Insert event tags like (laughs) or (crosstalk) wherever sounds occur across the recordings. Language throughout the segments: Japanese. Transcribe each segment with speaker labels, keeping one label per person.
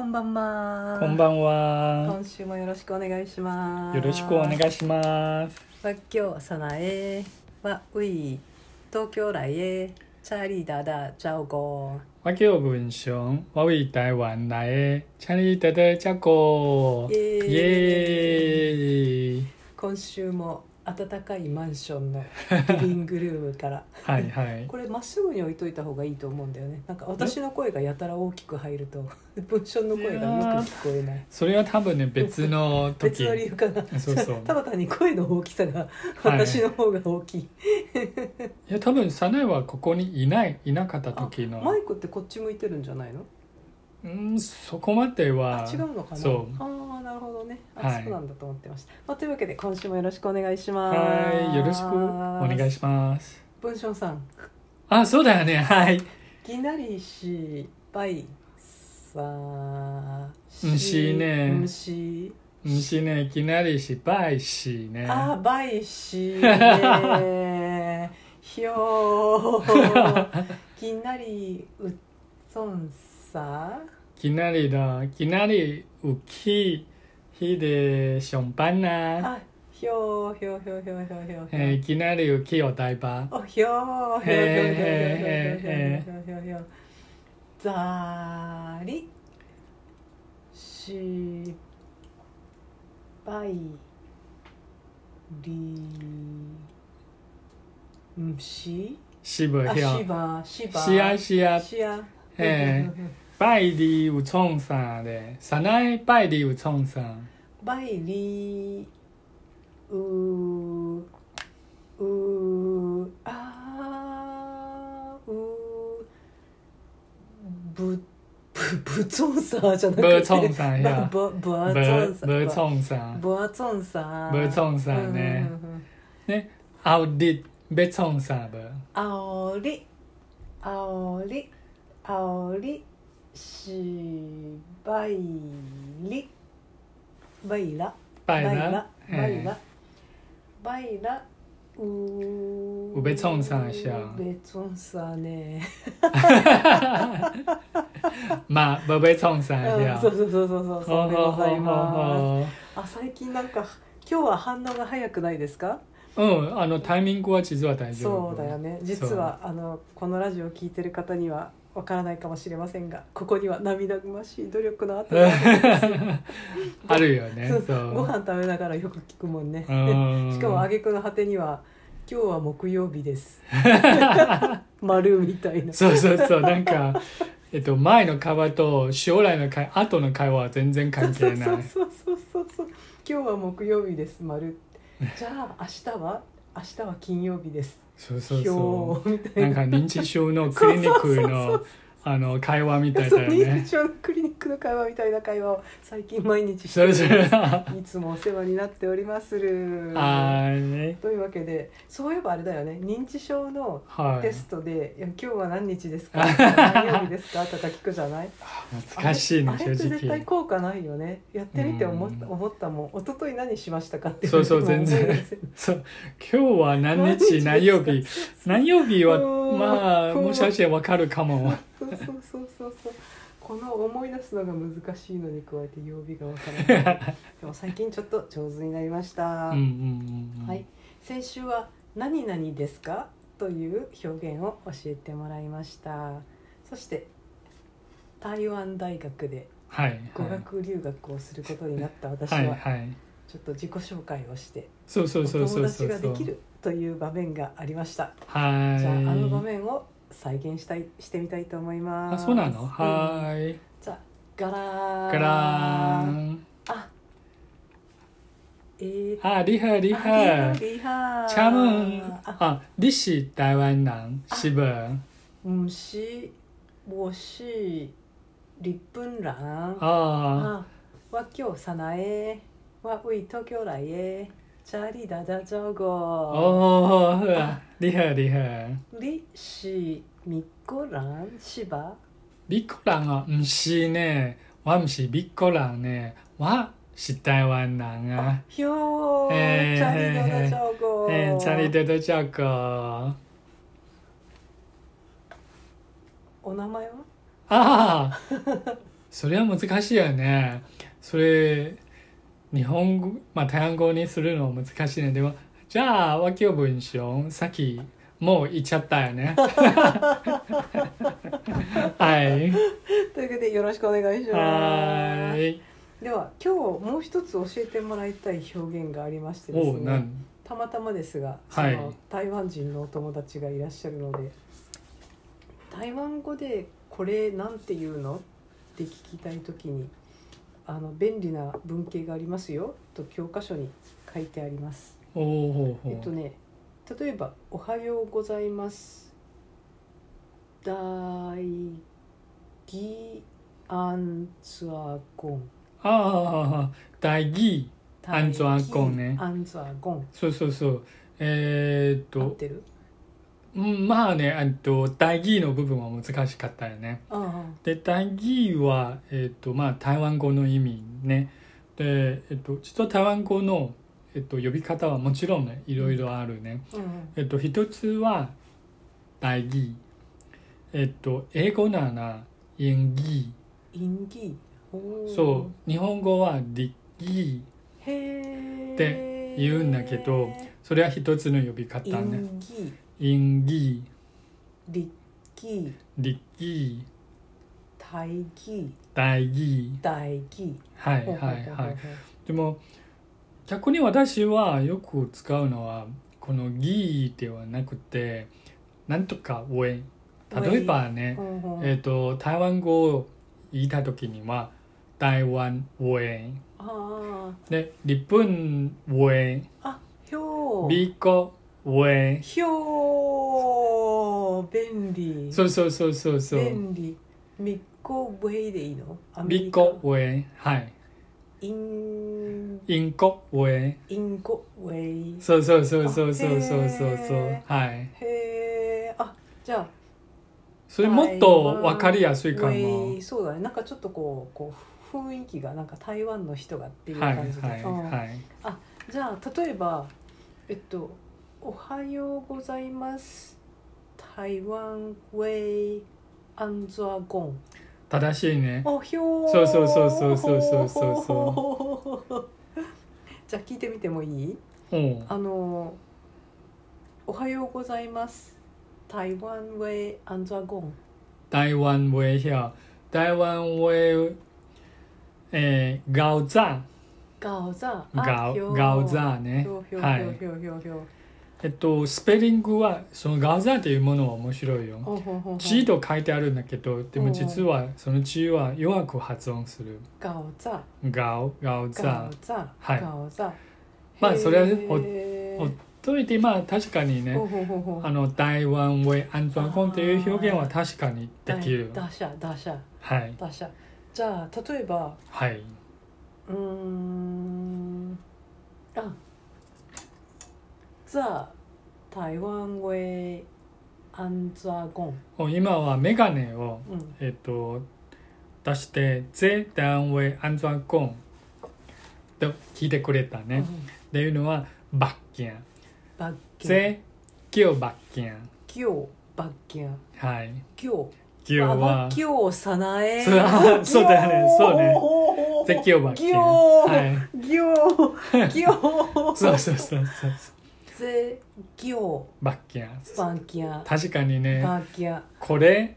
Speaker 1: んばんは。
Speaker 2: こんばんは
Speaker 1: 今。週もよろしくお願いします。
Speaker 2: よろしくお願いします。
Speaker 1: わっきょうさなえ。わうい。東京来へ。チャーリーダダジャオゴ。
Speaker 2: 我叫文雄，我为台湾来的，请你得得照顾
Speaker 1: イ。エーイ
Speaker 2: イエーイ。
Speaker 1: 今週も暖かいマンションのリビングルーム
Speaker 2: (laughs)
Speaker 1: から。
Speaker 2: はいはい。
Speaker 1: これまっすぐに置いといた方がいいと思うんだよね。なんか私の声がやたら大きく入ると、 (laughs) 文章の声がよく聞こえない。
Speaker 2: それは多分ね別の
Speaker 1: 別
Speaker 2: 時。
Speaker 1: の理由かな。
Speaker 2: そうそう
Speaker 1: (laughs) ただ単に声の大きさが
Speaker 2: はい
Speaker 1: 私の方が大きい。
Speaker 2: いや多分サナエはここにいないいなかった時
Speaker 1: マ
Speaker 2: の。
Speaker 1: イクってこっち向いてるんじゃないの？
Speaker 2: うんそこまで
Speaker 1: あ
Speaker 2: は。
Speaker 1: 違うのかな。
Speaker 2: そう
Speaker 1: ああなるほどね。あ、
Speaker 2: はい
Speaker 1: そうなんだと思ってました。まあというわけで今週もよろしくお願いします。
Speaker 2: はいよろしくお願い
Speaker 1: し
Speaker 2: します。
Speaker 1: 文章さん、
Speaker 2: あそうだよねはい。
Speaker 1: ぎなりしばいさ
Speaker 2: んしね
Speaker 1: んし。
Speaker 2: うんしねいきなり失敗しね。
Speaker 1: あーばいしね。ひょー。ぎなりうっそん
Speaker 2: (laughs)
Speaker 1: さ。
Speaker 2: きなりだ、きなり浮き、ひで上班な。
Speaker 1: あ、ひょーひょーひょーひょーひょーひょー。
Speaker 2: えー、きなり浮きお台場。
Speaker 1: おひょーひょーひょーひょーひょーひょーひょーひょーざーりしばいりんし
Speaker 2: しぶ
Speaker 1: あ
Speaker 2: ひ
Speaker 1: し
Speaker 2: ょ。
Speaker 1: ばしば
Speaker 2: しやしや、
Speaker 1: しや
Speaker 2: え拜り有冲さんで。さない拜り有冲さん。
Speaker 1: ばいりううあうぶぶぶつんさじゃなくて
Speaker 2: ぶつんさんや
Speaker 1: ぶぶぶ
Speaker 2: ぶ、
Speaker 1: つ
Speaker 2: ぶ
Speaker 1: んさ
Speaker 2: 冲さん。
Speaker 1: ぶつんさ
Speaker 2: ぶ冲さんね
Speaker 1: ううううん
Speaker 2: ね、あうり、べ冲さんぶ。
Speaker 1: あおりあおりあおりしばいりばいら
Speaker 2: 拜
Speaker 1: バイ
Speaker 2: ら
Speaker 1: ラ。
Speaker 2: え
Speaker 1: バイ
Speaker 2: ー
Speaker 1: ラバイラう
Speaker 2: うべつんさんしゃ
Speaker 1: うべつんさんね
Speaker 2: まあ、ぶべ冲さ
Speaker 1: (laughs)
Speaker 2: んや。
Speaker 1: そうそうそうそうそう
Speaker 2: ほ
Speaker 1: そう
Speaker 2: う
Speaker 1: で
Speaker 2: ほう
Speaker 1: ご
Speaker 2: ほ
Speaker 1: ざいうま
Speaker 2: ほう。
Speaker 1: すあ最近なんか今日は反応が早くないですか
Speaker 2: うん、あのタイミングは実は大丈夫。
Speaker 1: そうだよね実はあのこのラジオを聞いてる方にはわからないかもしれませんがここには涙ぐましい努力の後がある
Speaker 2: (laughs) あるよね。
Speaker 1: そう
Speaker 2: そう。
Speaker 1: ご飯食べながらよく聞くもんね
Speaker 2: うん
Speaker 1: (laughs) しかも挙句の果てには「今日は木曜日
Speaker 2: (laughs)
Speaker 1: です」 (laughs) 丸みたいな
Speaker 2: そうそうそう。な
Speaker 1: (laughs)
Speaker 2: んか、えっと、前の会話と将来の会、後の会話は全然関係ない。
Speaker 1: そうそうそうそうそう今日は木曜日です丸じゃあ明日は明日は金曜日です
Speaker 2: そうそう
Speaker 1: 今
Speaker 2: そ
Speaker 1: 日みた
Speaker 2: う。ないん
Speaker 1: な
Speaker 2: か認知症のクリニックの、あの、会話みたい
Speaker 1: そう
Speaker 2: だよ
Speaker 1: 認
Speaker 2: ね
Speaker 1: 知。症のクリニックの会話みたいな会話を最近毎日して
Speaker 2: そ
Speaker 1: お
Speaker 2: う
Speaker 1: り
Speaker 2: そう。
Speaker 1: ま
Speaker 2: あ
Speaker 1: すいつもお世話になっておりまする
Speaker 2: ーね。
Speaker 1: というわけでそういえばあれだよね認知症の
Speaker 2: は
Speaker 1: テ
Speaker 2: い。
Speaker 1: ストで「いや今日は何日です
Speaker 2: (laughs)
Speaker 1: か?」何曜日ですか?」とか聞くじゃない
Speaker 2: 懐かしいね
Speaker 1: あ、れ
Speaker 2: 正
Speaker 1: あれって絶対
Speaker 2: 直。
Speaker 1: 効果ないよねやってみて思っ
Speaker 2: うん
Speaker 1: 思ったもん一昨日何しましたかって
Speaker 2: そうそう
Speaker 1: でも思い
Speaker 2: 全然
Speaker 1: 出せない
Speaker 2: そう。今日は何日、何曜日。何曜日は
Speaker 1: う、ん
Speaker 2: まあ、もしかしてわかるかも。
Speaker 1: そうそうそうそうそうこの思い出すのが難しいのに加えて曜日がわからない
Speaker 2: (laughs)
Speaker 1: でも最近ちょっと上手になりました、
Speaker 2: うんうんうんうん。
Speaker 1: はい、先週は「何々ですか?」という表現を教えてもらいましたそして台湾大学で
Speaker 2: はい。はい
Speaker 1: 語学留学をすることになった私
Speaker 2: はい
Speaker 1: は
Speaker 2: はい。
Speaker 1: ちょっと自己紹介をして
Speaker 2: そうそう
Speaker 1: お
Speaker 2: そう
Speaker 1: 友
Speaker 2: そうそ
Speaker 1: 達
Speaker 2: う。
Speaker 1: ができるという場面がありました
Speaker 2: はい。
Speaker 1: じゃああの場面を再現したいしてみたいと思いま
Speaker 2: あ、
Speaker 1: す
Speaker 2: そうなの。
Speaker 1: うん
Speaker 2: はーい。
Speaker 1: じゃあガラー
Speaker 2: ガラーン。
Speaker 1: あえー、
Speaker 2: あ、厉害厉害
Speaker 1: あ。リハ
Speaker 2: チャムン。
Speaker 1: あ
Speaker 2: 啊，你是台湾人
Speaker 1: あ
Speaker 2: 是不？
Speaker 1: 唔是我是日本人あ
Speaker 2: 哦，
Speaker 1: 我叫サナエ我为東京来えチャーリーダダジョゴ
Speaker 2: 哦，好啊厉害厉害。
Speaker 1: 你是美国人是吧
Speaker 2: 美国人哦，唔是呢，我唔是美国人呢，我是台湾人啊。
Speaker 1: ひょー、
Speaker 2: えー
Speaker 1: チャリドの称号。
Speaker 2: 诶，查理得到这个
Speaker 1: お名前は (laughs)
Speaker 2: 啊，それは難しいよねそれ日本語まあ単語にするのは難しいねでもじゃあ和教文章さっきもう言っちゃったよ
Speaker 1: (laughs)
Speaker 2: ねはい
Speaker 1: というわけでよろしくお願いし
Speaker 2: は
Speaker 1: ま
Speaker 2: ーい
Speaker 1: すでは今日もう一つ教えてもらいたい表現がありましてです
Speaker 2: おうな
Speaker 1: ね
Speaker 2: ん
Speaker 1: たまたまですが、
Speaker 2: はい
Speaker 1: その台湾人のお友達がいらっしゃるので台湾語で「これなんて言うの?」って聞きたい時に「あの便利な文型がありますよ」と教科書に書いてあります。
Speaker 2: おおほう
Speaker 1: えっと
Speaker 2: ほう
Speaker 1: ね、例えば「おはようございます」「だいぎあんつあごん」
Speaker 2: ああ大義
Speaker 1: 「
Speaker 2: あんつあごんね
Speaker 1: あんつあごん
Speaker 2: そうそうそうえー、っ」
Speaker 1: 合っ
Speaker 2: と
Speaker 1: てる
Speaker 2: うんまあねえっと大義の部分は難しかったよね
Speaker 1: ああ
Speaker 2: で大義は、えっとまあ、台湾語の意味ねで、えっと実は台湾語の、えっと呼び方はもちろんねいろいろあるね、
Speaker 1: うん
Speaker 2: えっと一つは大義えっと英語なら演技
Speaker 1: 演技
Speaker 2: そう日本語は立義
Speaker 1: うへえ
Speaker 2: って言うんだけどそれは一つの呼び方ね
Speaker 1: 演技
Speaker 2: 演技
Speaker 1: 立技
Speaker 2: 立義
Speaker 1: 大技
Speaker 2: 大義
Speaker 1: 大技
Speaker 2: はい
Speaker 1: ほうほう
Speaker 2: は
Speaker 1: ほう
Speaker 2: い
Speaker 1: ほう
Speaker 2: はいでも逆に私はよく使うのはこの「ギー」ではなくて「なんとかウェイ」例えばね、
Speaker 1: ほうほう
Speaker 2: えー、と台湾語を言いた時には「台湾ウェイ
Speaker 1: あ」
Speaker 2: で「日本ウェイ」
Speaker 1: ああひょう
Speaker 2: 「美国ウェイ
Speaker 1: ひょー便」利
Speaker 2: そうそうそうそうそう
Speaker 1: 便利ミッコウェイでいいのア
Speaker 2: 「
Speaker 1: メ
Speaker 2: 美
Speaker 1: リカ
Speaker 2: 国ウェイ」はい
Speaker 1: イン
Speaker 2: 「英国ウェイ
Speaker 1: インコウェ」イ
Speaker 2: そうそうそうそうそうそうそう
Speaker 1: あ
Speaker 2: そ
Speaker 1: へ
Speaker 2: うはい
Speaker 1: へえあじゃあ
Speaker 2: それもっと分かりやすいか
Speaker 1: 台湾
Speaker 2: も
Speaker 1: ウェイそうだねなんかちょっとこうこう雰囲気がなんか台湾の人がっていう
Speaker 2: はい
Speaker 1: 感じで、
Speaker 2: はい
Speaker 1: うん
Speaker 2: はい
Speaker 1: じゃあ例えばえっと「おはようございます」「台湾ウェイアンズアゴン」
Speaker 2: 正しいね
Speaker 1: おひょー
Speaker 2: そうそうそうそうそうそうそう
Speaker 1: じゃあ聞いてみてもいい
Speaker 2: うん
Speaker 1: あのおはようございます台湾ウェイアンズアゴン
Speaker 2: 台湾微笑台湾微えー、ガオザ
Speaker 1: ガオザ
Speaker 2: ガオガオザね
Speaker 1: ひょひょひ
Speaker 2: は
Speaker 1: ょ
Speaker 2: い
Speaker 1: ひょひょひょ
Speaker 2: えっとスペリングはそのガオザっていうものは面白いよ
Speaker 1: おほほほ
Speaker 2: 字と書いてあるんだけどでも実はその字は弱く発音する
Speaker 1: ガオザ
Speaker 2: ガオガオ
Speaker 1: ガ
Speaker 2: ザ
Speaker 1: オザ
Speaker 2: はい
Speaker 1: ガオザ
Speaker 2: まあそれはほ
Speaker 1: ほ
Speaker 2: ほといてまあ確かにね
Speaker 1: ほほほほ
Speaker 2: あの台湾微安全コンっていう表現は確かにできる
Speaker 1: ダシャダシャ
Speaker 2: はい
Speaker 1: ダシャじゃあ例えば
Speaker 2: はい、
Speaker 1: うーんあザ台湾語アンザゴン、
Speaker 2: お今はメガネを
Speaker 1: うん、
Speaker 2: えっと、出して、全単位安全コンと聞いてくれたね。
Speaker 1: う
Speaker 2: っ
Speaker 1: ん
Speaker 2: ていうのは、罰金。
Speaker 1: バッケン
Speaker 2: 全、今日罰金。
Speaker 1: キョバッケン
Speaker 2: はい。
Speaker 1: キョ
Speaker 2: 今日
Speaker 1: バ
Speaker 2: は
Speaker 1: バ、キョサナエ
Speaker 2: (laughs) そうあそうだよねそうね全今日罰
Speaker 1: ギョ
Speaker 2: 金。は
Speaker 1: ギ
Speaker 2: (laughs)
Speaker 1: ョギョ
Speaker 2: い。そうそうそうそう。
Speaker 1: ゼギョ
Speaker 2: 罰金。
Speaker 1: バッケン
Speaker 2: 確かにね、
Speaker 1: バッケン
Speaker 2: これ、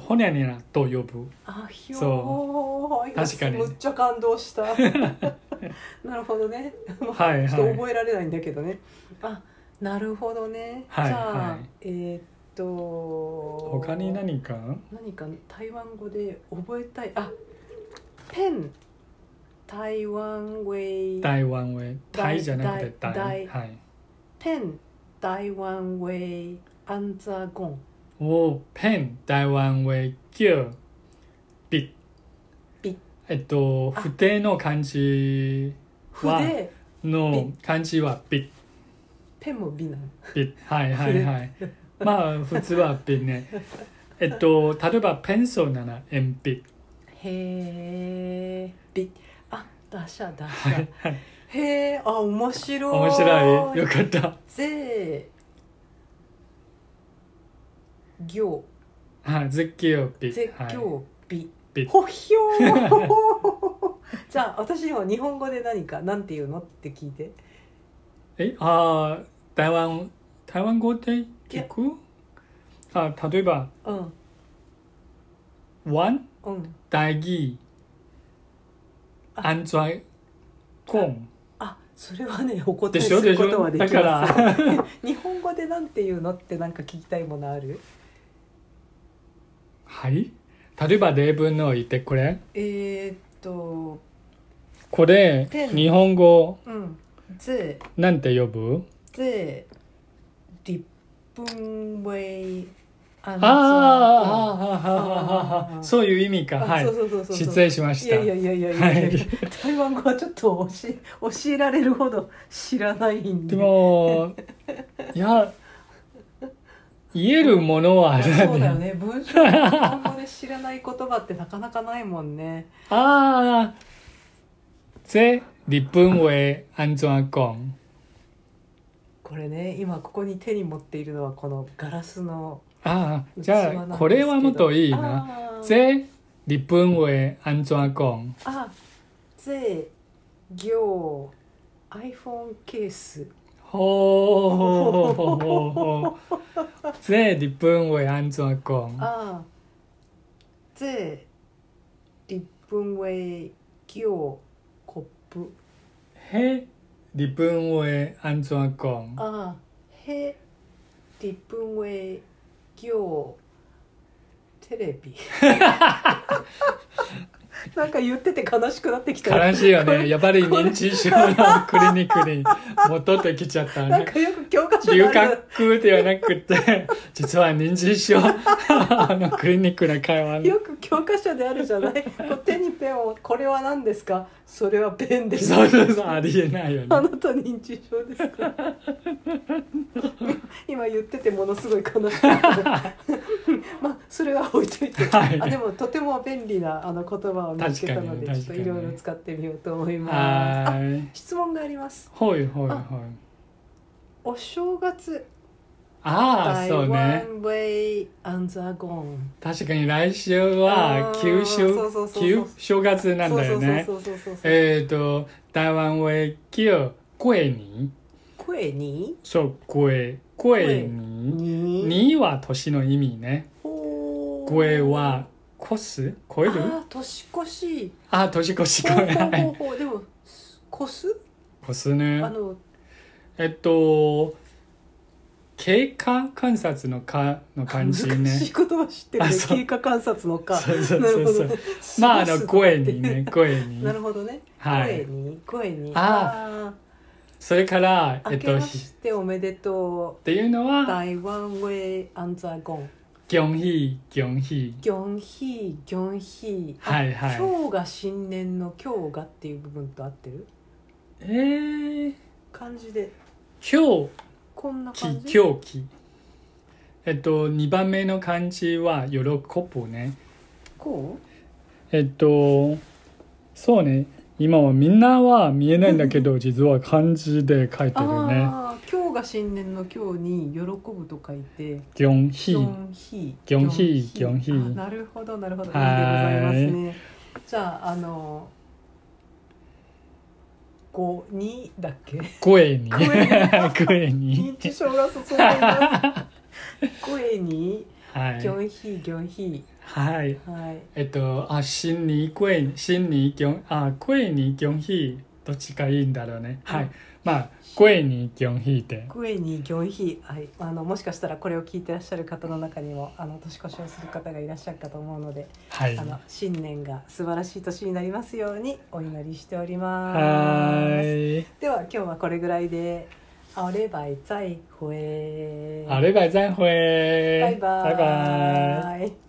Speaker 2: ほにゃにゃと呼ぶ。
Speaker 1: あひょー
Speaker 2: そう確かに
Speaker 1: むっちゃ感動
Speaker 2: (laughs)
Speaker 1: したなるほどね
Speaker 2: はい
Speaker 1: ちょっと
Speaker 2: はい。
Speaker 1: 覚えられないんだけどねあなるほどね、
Speaker 2: はい
Speaker 1: じゃあ、
Speaker 2: はい
Speaker 1: えーっと
Speaker 2: 他に何か
Speaker 1: 何か台湾語で覚えたいあペン台湾語
Speaker 2: 台湾へ。タイじゃなくて
Speaker 1: 台
Speaker 2: 台。
Speaker 1: 台
Speaker 2: はい。
Speaker 1: ペン台湾語アンザゴン
Speaker 2: 我骗台湾为叫笔
Speaker 1: 笔
Speaker 2: えっと
Speaker 1: あ
Speaker 2: 筆の漢字わ
Speaker 1: 筆
Speaker 2: の漢字は筆
Speaker 1: ペンも美男
Speaker 2: 筆はいは
Speaker 1: (laughs)
Speaker 2: いはいまあ普通は筆ねえっと例えばペンソーなら鉛筆
Speaker 1: へえびあ出した出したへえあ面白い
Speaker 2: 面白いよかった
Speaker 1: ぜ行
Speaker 2: はい絶叫筆
Speaker 1: 絶
Speaker 2: はい
Speaker 1: 叫び
Speaker 2: ピ
Speaker 1: ほひょ
Speaker 2: (laughs)
Speaker 1: ーじゃあ私にも日本語で何かなんて言うのって聞いて
Speaker 2: えあー台湾台湾語で聞くあ例えば
Speaker 1: うん
Speaker 2: 「湾
Speaker 1: うん
Speaker 2: 大義
Speaker 1: あ
Speaker 2: 安全共
Speaker 1: あそれはねお」答
Speaker 2: で
Speaker 1: え
Speaker 2: し
Speaker 1: す
Speaker 2: ょで
Speaker 1: る
Speaker 2: し
Speaker 1: こと
Speaker 2: ょ
Speaker 1: はできま
Speaker 2: だ
Speaker 1: す
Speaker 2: から
Speaker 1: (laughs) 日本語でなんて言うのってなんか聞きたいものある
Speaker 2: はい例えば例文の言ってこれ
Speaker 1: えー、っと
Speaker 2: これ
Speaker 1: ペン
Speaker 2: 日本語
Speaker 1: うん这
Speaker 2: なんて呼ぶ
Speaker 1: 这日本为安全
Speaker 2: あーあーあーあーあ
Speaker 1: あ
Speaker 2: ー
Speaker 1: ー
Speaker 2: そういう意味か
Speaker 1: あ
Speaker 2: はい
Speaker 1: そうそうそうそうそう
Speaker 2: 失礼しまし
Speaker 1: い
Speaker 2: た
Speaker 1: やいやいやいやいやいや、台湾語はちょっと教え教えられるほど知らないんで
Speaker 2: でもいや言えるものはある
Speaker 1: そうだよね文章日本語で知らない言葉ってなかなかないもんね
Speaker 2: ああ、这日本为安全讲。
Speaker 1: これね今ここに手に持っているのはこのガラスの
Speaker 2: ああ、
Speaker 1: 器
Speaker 2: じゃ
Speaker 1: な
Speaker 2: あ
Speaker 1: んですけど
Speaker 2: これはもっといいな。
Speaker 1: あー
Speaker 2: 这日本为安全讲。
Speaker 1: あぜ行 iPhone ケース
Speaker 2: ほうほうほうほうほう。这日本为安全讲。
Speaker 1: あぜ立分へ行コップ
Speaker 2: へ日本为安全讲。
Speaker 1: あへ立分へ行テレビ (laughs) なんか言ってて悲しくなってきた
Speaker 2: 悲しいよ
Speaker 1: これ
Speaker 2: ね。やっぱり認知症のクリニックに戻ってきちゃった
Speaker 1: なん
Speaker 2: ね。
Speaker 1: かよく教科書に
Speaker 2: 留
Speaker 1: ある
Speaker 2: 学ではなくて実は認知症あのクリニックの会話の
Speaker 1: よく教科書であるじゃないこう手にペンを「これは何ですか?」「それはペンです」
Speaker 2: そうそうそうありえないよ
Speaker 1: あ
Speaker 2: ね
Speaker 1: なた認知症です
Speaker 2: (laughs)
Speaker 1: か今言っててものすごい悲
Speaker 2: (laughs)
Speaker 1: しかったけどまあそれは置いといて、
Speaker 2: はい
Speaker 1: あでもとても便利なあの言葉を見つけたの
Speaker 2: 確
Speaker 1: で、
Speaker 2: かに
Speaker 1: ちょっといろいろ使ってみようと思いますあ
Speaker 2: はい
Speaker 1: 質問があります
Speaker 2: ほいほいほい
Speaker 1: お正月
Speaker 2: ああ
Speaker 1: 台
Speaker 2: そうね
Speaker 1: 湾 way and the gone
Speaker 2: 確かに来週は
Speaker 1: あー
Speaker 2: 旧
Speaker 1: そうそうそう
Speaker 2: 正
Speaker 1: そう
Speaker 2: 旧正月なんだよね
Speaker 1: そうそうそうそうそうそう
Speaker 2: えっと台湾は旧桂に
Speaker 1: 声に
Speaker 2: そう桂桂に
Speaker 1: に
Speaker 2: には年の意味ね
Speaker 1: ほー
Speaker 2: 桂は越す超え
Speaker 1: あ
Speaker 2: る
Speaker 1: ー年越し
Speaker 2: ああ年越し
Speaker 1: ほ
Speaker 2: 超
Speaker 1: う
Speaker 2: え
Speaker 1: ほう (laughs)
Speaker 2: な
Speaker 1: ほう
Speaker 2: い
Speaker 1: ほうでも越す
Speaker 2: 越すね
Speaker 1: あの
Speaker 2: えっと経過観察の「か」の漢字
Speaker 1: 難し
Speaker 2: ね
Speaker 1: い言葉知ってるね
Speaker 2: あそう
Speaker 1: 経過観察のか
Speaker 2: そうそう
Speaker 1: な
Speaker 2: そ
Speaker 1: るほ
Speaker 2: うそ
Speaker 1: ど
Speaker 2: う
Speaker 1: ね
Speaker 2: まああ
Speaker 1: 過
Speaker 2: の
Speaker 1: ごす
Speaker 2: 声
Speaker 1: って
Speaker 2: にね声に
Speaker 1: なるほどね
Speaker 2: はい
Speaker 1: 声に声に
Speaker 2: あ
Speaker 1: あ
Speaker 2: それから
Speaker 1: ー
Speaker 2: え
Speaker 1: 明
Speaker 2: っ
Speaker 1: け
Speaker 2: と
Speaker 1: ま
Speaker 2: ひっ
Speaker 1: しておめでと
Speaker 2: ていうの
Speaker 1: う
Speaker 2: は
Speaker 1: 台湾へアンザーゴン
Speaker 2: 「ギョンヒギョンヒ
Speaker 1: ギョンヒーギョンヒーあ
Speaker 2: はいはい
Speaker 1: 今日が新年の今日がっていう部分と合ってる」
Speaker 2: えー
Speaker 1: 感じで
Speaker 2: 「狂
Speaker 1: こんな
Speaker 2: 気
Speaker 1: 感じ
Speaker 2: 狂気」えっと2番目の漢字は「喜ぶ」ね
Speaker 1: こ
Speaker 2: えっとそうね今はみんなは見えないんだけど実は漢字で書いうてるね
Speaker 1: ああ今日が新年の今日に喜ぶと書いて
Speaker 2: 「ギョンヒ
Speaker 1: ギョンヒー
Speaker 2: ギョンヒー
Speaker 1: ギョンヒー
Speaker 2: ギョンヒー
Speaker 1: あなるほどなるほどいいでご
Speaker 2: は
Speaker 1: ざいま
Speaker 2: い
Speaker 1: すねじゃああの五二だっ
Speaker 2: (laughs)
Speaker 1: け
Speaker 2: 声に (laughs) 声に
Speaker 1: 認知症が進んでいます声に
Speaker 2: は
Speaker 1: ギョ
Speaker 2: い
Speaker 1: ンヒーギョンヒ
Speaker 2: はい
Speaker 1: ーはい
Speaker 2: えっとあ新に声に新にギョンあ声にギョンヒーどっちがいいんだろうねは
Speaker 1: う
Speaker 2: い
Speaker 1: ん
Speaker 2: まあ声にギョンヒーで
Speaker 1: 声にギョンヒーはいあのもしかしたらこれを聞いてらっしゃる方の中にもあの年越しをする方がいらっしゃるかと思うので
Speaker 2: はい
Speaker 1: あの新年が素晴らしい年になりますようにお祈りしております
Speaker 2: はい
Speaker 1: では今日はこれぐらいで。あればい再会。
Speaker 2: あれば再会
Speaker 1: バイバイ。
Speaker 2: バイバイ
Speaker 1: イ